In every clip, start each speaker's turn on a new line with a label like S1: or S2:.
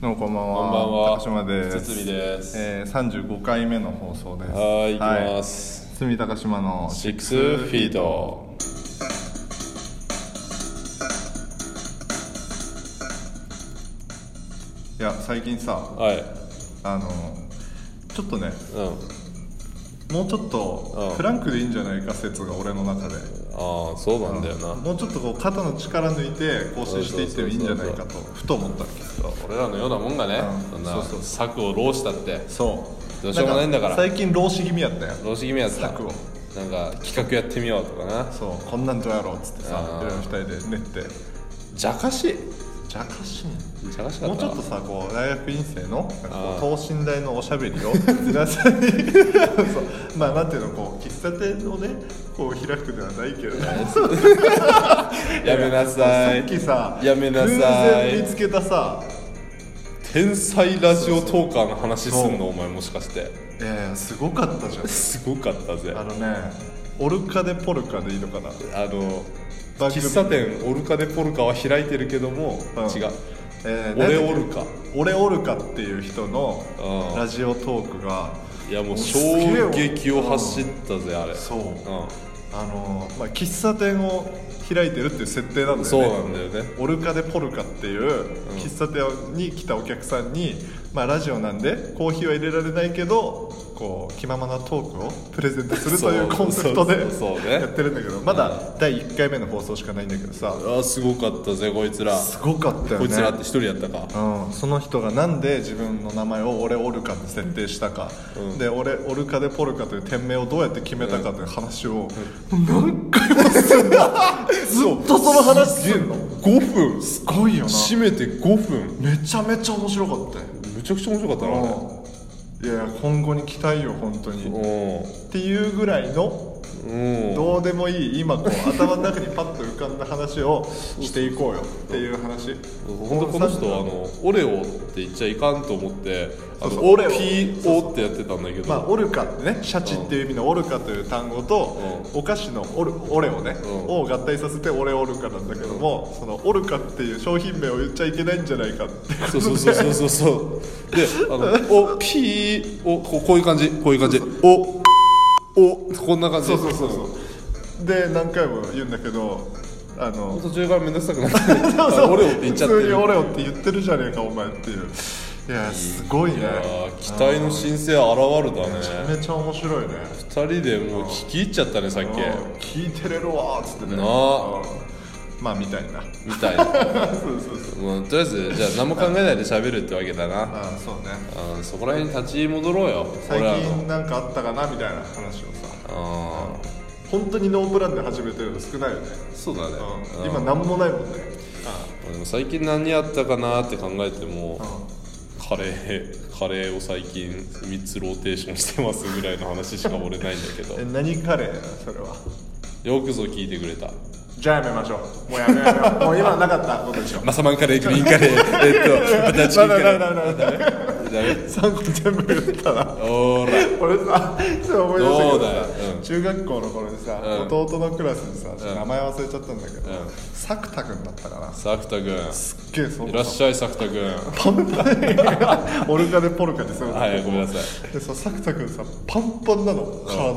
S1: どうもこんばんは。
S2: こんばんは
S1: 高島です。
S2: 堤です
S1: ええ三十五回目の放送です。
S2: はい行きます、
S1: はい。堤高島の
S2: シックスフィート
S1: いや最近さ
S2: はい
S1: あのちょっとね
S2: うん
S1: もうちょっと
S2: うん
S1: フランクでいいんじゃないか説が俺の中で。
S2: ああそうなんだよな、
S1: もうちょっとこう肩の力抜いて更新していってもいいんじゃないかとふと思ったんだけど。
S2: 俺らのようなもんがね、
S1: うん
S2: そんな
S1: そうそう
S2: 策を浪したって
S1: そう。
S2: どうしようもないんだから
S1: 最近老子気味やったよ。
S2: 浪士気味やった
S1: 策を
S2: なんか企画やってみようとかな
S1: そうこんなんどうやろうっつってさ
S2: あー
S1: いろいろ二人で練って。
S2: じゃかし
S1: じゃかしん。
S2: じゃかしか
S1: も
S2: った
S1: うちょっとさこう大学院生のなんか
S2: あー
S1: こう等身大のおしゃべ りを皆さんにそうまあなんていうのこう喫茶店をねこう開くではないけれども
S2: やめなさ
S1: さ
S2: い
S1: っきさ
S2: やめなさい
S1: 偶然見つけたさ
S2: 天才ラジオトーカーの話すんのお前もしかして
S1: えー、すごかったじゃん
S2: すごかったぜ
S1: あのねオルカでポルカでいいのかな
S2: あの
S1: 番組
S2: 喫茶店オルカでポルカは開いてるけども、
S1: うん
S2: 違う
S1: えー
S2: 俺
S1: なんだっけ
S2: オルカ
S1: 俺オルカっていう人の
S2: うん
S1: ラジオトークが
S2: いやもう
S1: すげえ
S2: 衝撃を走ったぜあれ
S1: そう
S2: うん
S1: あのーまあ、喫茶店を開いてるっていう設定なんだよね
S2: そうなんだよね
S1: オルカでポルカっていう喫茶店に来たお客さんに、まあ、ラジオなんでコーヒーは入れられないけどこう気ままなトークをプレゼントするという
S2: そう
S1: コンセプトで
S2: そうそうそうね
S1: やってるんだけどまだ第1回目の放送しかないんだけどさ
S2: あーすごかったぜこいつら
S1: すごかったよね
S2: こいつらって一人やったか
S1: うん、その人がなんで自分の名前を俺オルカに設定したか、
S2: うん
S1: で俺オルカでポルカという店名をどうやって決めたかという話を、
S2: そう
S1: ずっとその話すんの
S2: 5分
S1: すごいよな
S2: 締めて5分
S1: めちゃめちゃ面白かったよ
S2: めちゃくちゃ面白かったなあれ
S1: いやいや今後に期待よ本当に
S2: う
S1: っていうぐらいの
S2: んうん
S1: どうでもいい今こ う頭の中にパッと浮かんだ話をしていこうよっていう話
S2: 本当この人はあのオレオって言っちゃいかんと思ってあ
S1: そうそう
S2: の
S1: オレオ
S2: PO ってやってたんだけど、
S1: まあ、オルカってねシャチっていう意味のオルカという単語と、お菓子のオルオレをね、
S2: うん
S1: を合体させてオレオルカなんだけども、そのオルカっていう商品名を言っちゃいけないんじゃないかって
S2: そうそうそうそうそう そうであのおピーおこうこういう感じこういう感じおおこんな感じ
S1: そうそうそうそう で何回も言うんだけどあの
S2: 途中からめんどくさく なってあオレオって言っちゃって
S1: 普通に
S2: る
S1: オレオって言ってるじゃねえかお前っていういやすごいね
S2: いやー期待の新星現るだ
S1: めち
S2: ね
S1: ゃめちゃ面白いね
S2: 二人でもう聞き入っちゃったねさっき
S1: うん聞いてれるわーっつってね
S2: なあ
S1: うんまあみた いな
S2: みたいな
S1: そうそうそう
S2: もうとりあえずじゃあ何も考えないで喋るってわけだな
S1: ああそうね
S2: うんそこら辺に立ち戻ろうよ
S1: 最
S2: 俺らの
S1: 近なんかあったかなみたいな話をさ
S2: あ
S1: 本当にノープランで始めてるの少ないよね、
S2: ーそうだね
S1: うん、今何もないもんね
S2: うんでも最近何やったかなって考えてもカレーカレーを最近3つローテーションしてますぐらいの話しか俺ないんだけど
S1: え何カレーなのそれは
S2: よくぞ聞いてくれた
S1: じゃあやめましょうもうやめようやめようもう今なかったことで しょ
S2: マサマンカレーグリーンカレーえっと バターチ キンカレー
S1: ななななな
S2: ダメ
S1: 3個全部言ったな
S2: ほら
S1: 俺さちょっと思い出したけどさ
S2: どうだようん
S1: 中学校の頃にさ、
S2: うん
S1: 弟のクラスにさちょっと名前忘れちゃったんだけど、
S2: うん
S1: 作田君だったかなす
S2: 作田君
S1: っげえそ
S2: い
S1: の
S2: らっしゃい作田君
S1: パンパンオルカでポルカでそう
S2: はいごめんなさい
S1: でさ作田君さパンパンなの体が、
S2: うん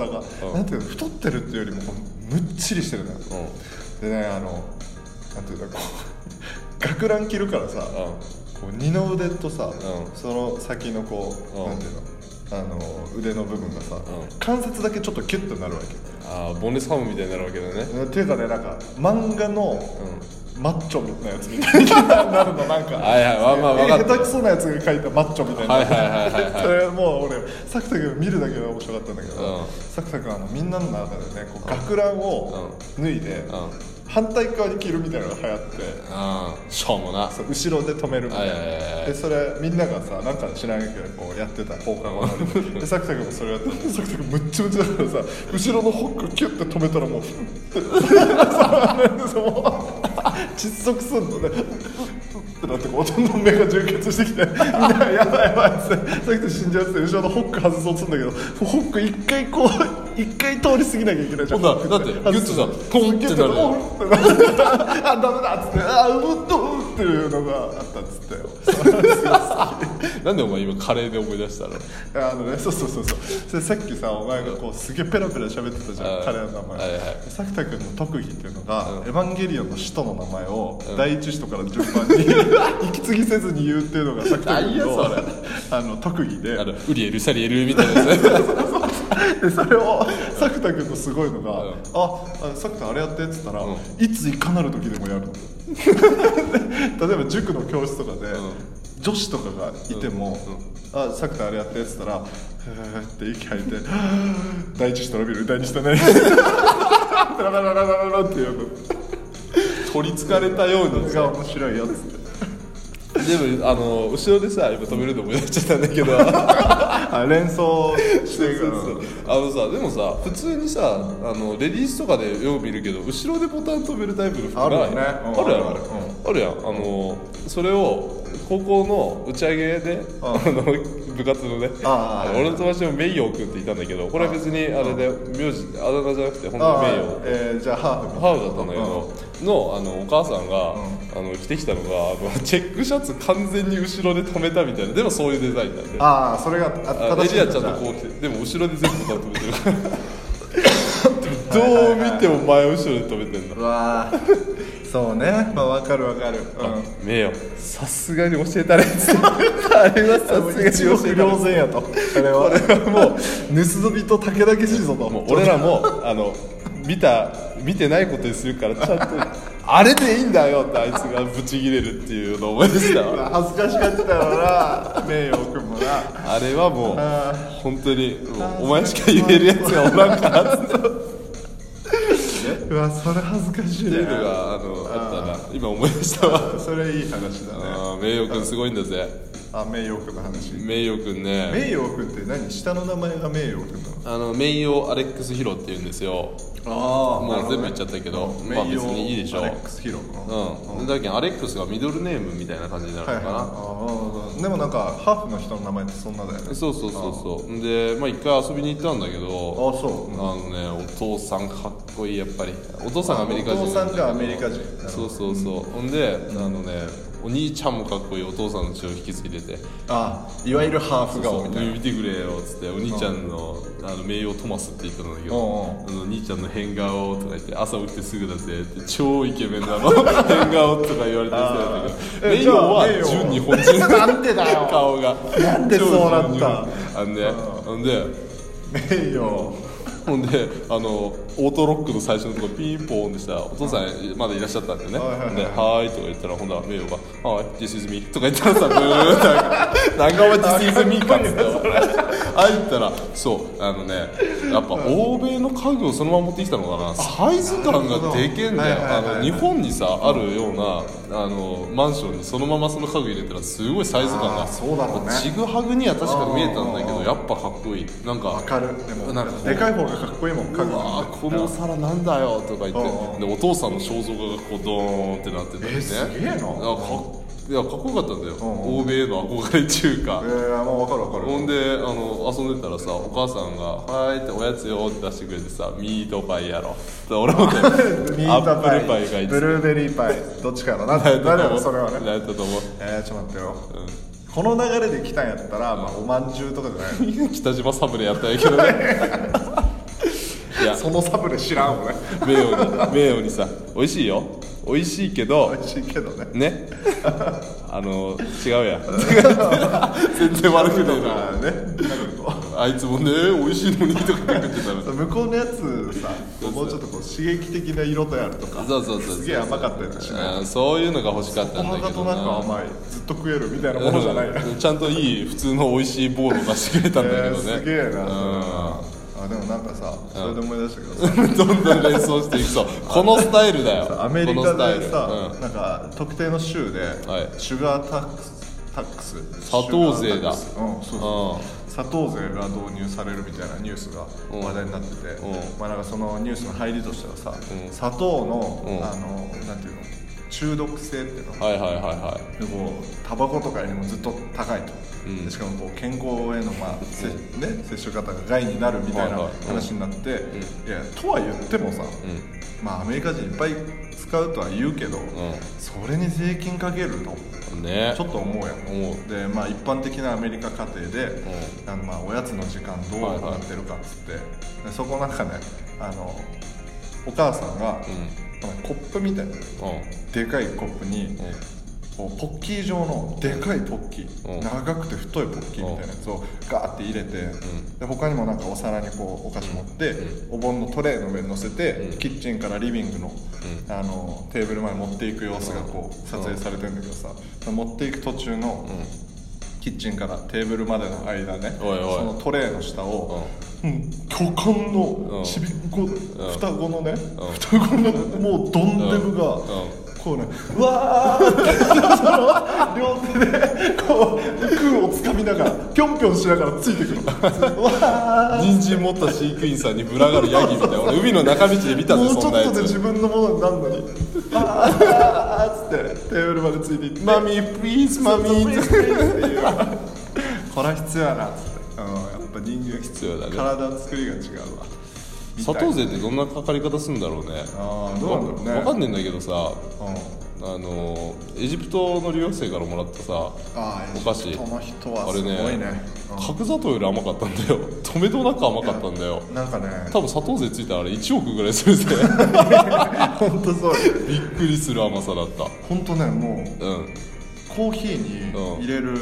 S1: なんていうの太ってるっていうよりもこうむっちりしてるのよ、でねあのなんていうんだこう学ラン着るからさ、
S2: うんうん
S1: こう二の腕とさ、
S2: うん
S1: その先のこう、
S2: うん
S1: なんていうのあの腕の部分がさ、
S2: ん
S1: 関節だけちょっとキュッとなるわけ
S2: ああボンレスハムみたいになるわけだね
S1: っていうかねなんか漫画の
S2: う
S1: マッチョみたいなやつみたいになるのなんか
S2: ん はいはいまあまあ分かった
S1: 下手くそなやつが書いたマッチョみたいな、
S2: はいはいはいはい
S1: それもう俺サクタ君見るだけで面白かったんだけど、
S2: うん
S1: サクタ君はあのみんなの中でねこう学ランを脱いで、
S2: うん
S1: 反対側に着るみたいなのが流行って、
S2: うんしょうもな
S1: そう後ろで止めるみたいな、
S2: はいはいはいはい
S1: でそれみんながさなんか知らんけどこうやってた放課後のでサクタ君もそれやっててサクタ君むっちゃむちゃだからさ後ろのホックキュッて止めたらもうふ んってそう もう窒息すんのねってなってこうどんどん目が充血してき てみんながやばいやばいっつってサクタ死んじゃうっつって後ろのホック外そうっつうんだけどホック一回こう一回通り過ぎなきゃいけないじゃん
S2: ほんならだって
S1: 外す
S2: ギュッとさポンってなるよ
S1: ポンってなるあダメだっつってあうっとうっていうのがあったっつったよ
S2: なんでお前今カレーで思い出した の
S1: あのねそうそうそうそうそれさっきさお前がこうすげえペラペラ喋ってたじゃ
S2: うんん
S1: 彼の名前
S2: はいはい
S1: 作田君の特技っていうのが、
S2: うん
S1: エヴァンゲリオンの首都の名前を、
S2: ん
S1: 第一首都から順番に 息継ぎせずに言うっていうのが作田君の
S2: なんや
S1: あの特技で
S2: あのウリエルサリエルみたいなやつね
S1: でそれを作田君のすごいのが「
S2: うん
S1: ああ作田あれやって」っつったら、
S2: うん
S1: いついかなる時でもやるの 例えば塾の教室とかで、
S2: ん
S1: 女子とかがいても「あ作田あれやって」っつったら「ふーって息吐いて はー「第一下伸びる第二下伸びる」「 ラララララララ」っていうの
S2: 取りつかれたよう
S1: それが面白いやつ
S2: でもあの後ろでさ今止めるの思い出しちゃったんだけど
S1: あ連想していくの
S2: あのさでもさ普通にさあのレディースとかでよく見るけど後ろでボタン止めるタイプの服
S1: あるよ
S2: ない
S1: ね
S2: あ
S1: うん
S2: るやん
S1: あるあ
S2: ある
S1: る
S2: あるやんあのそれを高校の打ち上げであの部活のね
S1: ああ
S2: の俺の友達もメイヨウ君っていたんだけどこれは別にあれで名字あだ名じゃなくて本当
S1: あ
S2: に
S1: あ
S2: 名誉
S1: えーじゃあハーフみたいな
S2: ハーフだったんだけど、のあのお母さんが、あの着てきたのがあのチェックシャツ完全に後ろで止めたみたいなでもそういうデザインだね
S1: ああそれがあ
S2: あ
S1: 正
S2: エ
S1: しい
S2: リア
S1: んだ
S2: ちゃん
S1: じ
S2: と
S1: ゃあ
S2: こう来てでも後ろで全部止めてるから どう見ても前後ろで止めてんだ
S1: うわあそうねまあわかるわかるうん
S2: 名誉さすがに教えたれっつって あれはさす
S1: 一
S2: が
S1: 応不
S2: に教えたれ
S1: 良前やとあれはもう盗人と武田家しいぞと
S2: もう俺らもあの見た見てないことにするからちゃ んとあれでいいんだよってあいつがブチギレるっていうのを思い出したわ
S1: 恥ずかしかったよな名誉君もな
S2: あれはも
S1: あ
S2: う本当にもうお前しか言えるやつがおらんからって
S1: うわそれ恥ずかしいね
S2: いうのが あのあったな今思い出したわ
S1: それいい話だね
S2: あー名誉くんすごいんだぜ
S1: あ名誉君の話
S2: 名誉くんね
S1: 名誉君って何下の名前が名誉君なの
S2: あの名誉アレックスヒロって言うんですよ
S1: あ
S2: もう全部言っちゃったけど
S1: 名
S2: まあ
S1: 誉
S2: 別にいいでしょ
S1: アレックスヒロ君
S2: うんだけどアレックスがミドルネームみたいな感じになる
S1: はいは
S2: の
S1: い
S2: かな
S1: ああでもなんかハーフの人の名前ってそんなだよね
S2: そうそうそうそうでまあ一回遊びに行ったんだけ
S1: あ
S2: ど
S1: そ
S2: あのねお父さんかっこいいやっぱりお父さんがアメリカ人
S1: お父さんがアメリカ人
S2: そうそうそうほんであのねお兄ちゃんもかっこいいお父さんの血を引き継いでて
S1: あいわゆるハーフ顔みたいな
S2: 見てくれよっつってお兄ちゃんのあの名誉トマスって言ったんだけ
S1: う
S2: どあの兄ちゃんの変顔とか言って朝起きてすぐだぜって超イケメンなの変顔とか言われてそうだけど
S1: え
S2: 名
S1: じゃ
S2: 誉
S1: あ
S2: は
S1: 名誉
S2: 純日本人
S1: なんでだよ
S2: 顔が
S1: なんでそうなった
S2: 超純日本あんでほんで
S1: 名誉
S2: ほんであのオートロックの最初のとこピンポーンでしたらお父さんまだいらっしゃったんでね「
S1: はいはいはい
S2: ではーい」とか言ったらほんなら名誉が「はーい This is me」とか言ったらさブーってなんか「 なんかお前 This is me」かっつってああ言ったらそうあのねやっぱ欧米の家具をそのまま持ってきたのかなサイズ感がでけえんだ
S1: なる
S2: よ
S1: ほどはいはいはい
S2: あの日本にさあるようなあのマンションにそのままその家具入れたらすごいサイズ感
S1: あー
S2: が
S1: そうだろうね
S2: ちぐはぐには確か見えたんだけどやっぱかっこいいなんか
S1: わかるでも
S2: なんかこう
S1: でかい方がかっこいいもん家具
S2: うわーこのお皿なんだよとか言
S1: うんう
S2: っ
S1: ん
S2: てでお父さんの肖像画がこうドーンってなってたりね
S1: えすげえない
S2: やかいやかっこよかったんだよ
S1: ん
S2: 欧米への憧れ中華
S1: えー、もう分かる分かる
S2: ほんであの遊んでたらさお母さんが「はーい」って「おやつよ」って出してくれてさ「ミートパイやろ」 って俺もね
S1: ミ
S2: ア
S1: ート
S2: ップ
S1: パ
S2: ルパイが
S1: イ
S2: い
S1: ブ
S2: つ
S1: ルーベリーパイどっちかやろ な誰だろそれはね
S2: やったと思う
S1: えー、ちょっと待ってよ、この流れで来たんやったら、まあ、おまんじゅうとかじゃないの
S2: 北島サブレやったんやけ どねいや
S1: そのサブレ知らん俺
S2: 名誉に名誉にさ「美味しいよ美味しいけど
S1: 美味しいけどね
S2: ねあの違う やん 全然悪くねえな
S1: あーね
S2: あいつもね美味しいのにとか言ってたの
S1: 向こうのやつさもうちょっとこう刺激的な色とやるとか
S2: そうそうそうそう
S1: すげえ甘かったりとかしない
S2: うんそういうのが欲しかった
S1: お
S2: んだけ
S1: 腹
S2: ど
S1: となんか甘いずっと食えるみたいなものじゃないよ
S2: うんちゃんといい普通の美味しい棒を出してくれたんだけ
S1: え
S2: ど
S1: ー、
S2: ね、
S1: すげえなそれ
S2: うん
S1: はあでもなんかさそれで思い出した けどさ
S2: どんどん連想していくとこのスタイルだよ
S1: アメリ
S2: この
S1: カ
S2: スタイル
S1: で
S2: うん
S1: さ、なんか特定の州で、
S2: はい
S1: シュガータックスタックス
S2: 砂糖税だ
S1: シュガータックスうんそうそう砂糖税が導入されるみたいなニュースが
S2: うん
S1: 話題になってて、
S2: うん
S1: まあなんかそのニュースの入りとしてはさ、
S2: うん
S1: 砂糖の、
S2: うん
S1: あのなんていうの中毒性っていうの
S2: はいはいはいはい
S1: でこうタバコとかよりもずっと高いと、
S2: うん
S1: でしかもこう健康への、まあせね、接触方が害になるみたい
S2: はい
S1: な
S2: はい
S1: 話になって、
S2: ん
S1: いやとは言ってもさ、
S2: うん
S1: まあ、アメリカ人いっぱい使うとは言うけど、それに税金かけると
S2: うんね
S1: ちょっと思うやん
S2: 思う
S1: でまあ一般的なアメリカ家庭で、
S2: ん
S1: あのまあおやつの時間どう
S2: はいはい
S1: なってるかっつって、でそこなんかねあのお母さんが、このコップみたいな
S2: う
S1: でかいコップに、
S2: んうん
S1: こうポッキー状のでかいポッキー、
S2: うん
S1: 長くて太いポッキーみたいなやつをガーって入れて、で他にもなんかお皿にこうお菓子持って、お盆のトレーの上に乗せて、
S2: うん
S1: キッチンからリビングの,、あのテーブル前に持っていく様子がこう撮影されてるんだけどさ、持っていく途中の、キッチンからテーブルまでの間ね
S2: おいおい
S1: そのトレーの下を、うん、巨漢
S2: う
S1: の
S2: ん
S1: ちびっこ、双子のね、
S2: ん
S1: 双子のもうどんでぶが、こうねうわーって両手でこう空をつかみながらぴょんぴょんしながらついてくるうわ
S2: 人参持った飼育員さんに群がるヤギみたいな俺海の中道で見
S1: ー
S2: たぜ
S1: もうち
S2: そ
S1: ょ
S2: んな
S1: っ
S2: や
S1: とで
S2: つ
S1: 自分のものになるのにあーあーっつってテーブルまでついていって
S2: マミープリーズマミー
S1: っていうこれは必要やなっつって、うん、やっぱ人間必
S2: 要だね
S1: 体の作りが違うわ
S2: 砂糖税ってどんなかかり方するんだろうね
S1: ああどうなんだろうね
S2: わかんねえんだけどさ
S1: うん
S2: あのーエジプトの留学生からもらったさ
S1: ああ
S2: お菓子
S1: この人は
S2: あ
S1: す
S2: れ
S1: ごいね
S2: ね
S1: うん
S2: 角砂糖より甘かったんだよ 止めどなく甘かったんだよ
S1: なんかね
S2: 多分砂糖税ついたらあれ1億ぐらいするぜ
S1: 本当そう
S2: びっくりする甘さだった
S1: 本当ねもう
S2: うん
S1: コーヒーに入れる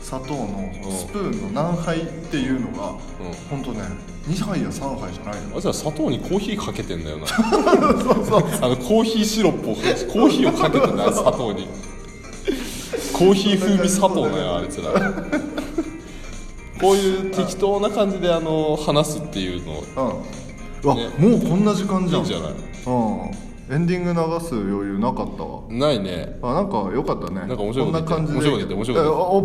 S1: 砂糖のスプーンの何杯っていうのが、
S2: うん
S1: ほんとね2杯や3杯じゃないの
S2: あいつら砂糖にコーヒーかけてんだよなあのコーヒーシロップをコーヒーをかけてんだよ砂糖にコーヒー風味砂糖だよあいつらこういう適当な感じであの話すっていうの
S1: うんうわ、
S2: ね
S1: もうこんな時間じ
S2: い
S1: ゃ
S2: い
S1: ん
S2: んじゃない
S1: うんエンディング流す余裕なかったわ
S2: ないね
S1: あなんか良かったねなん
S2: か面白
S1: こん
S2: いこと言って
S1: な感じで
S2: 面白いこと言って面白いこと言って
S1: えお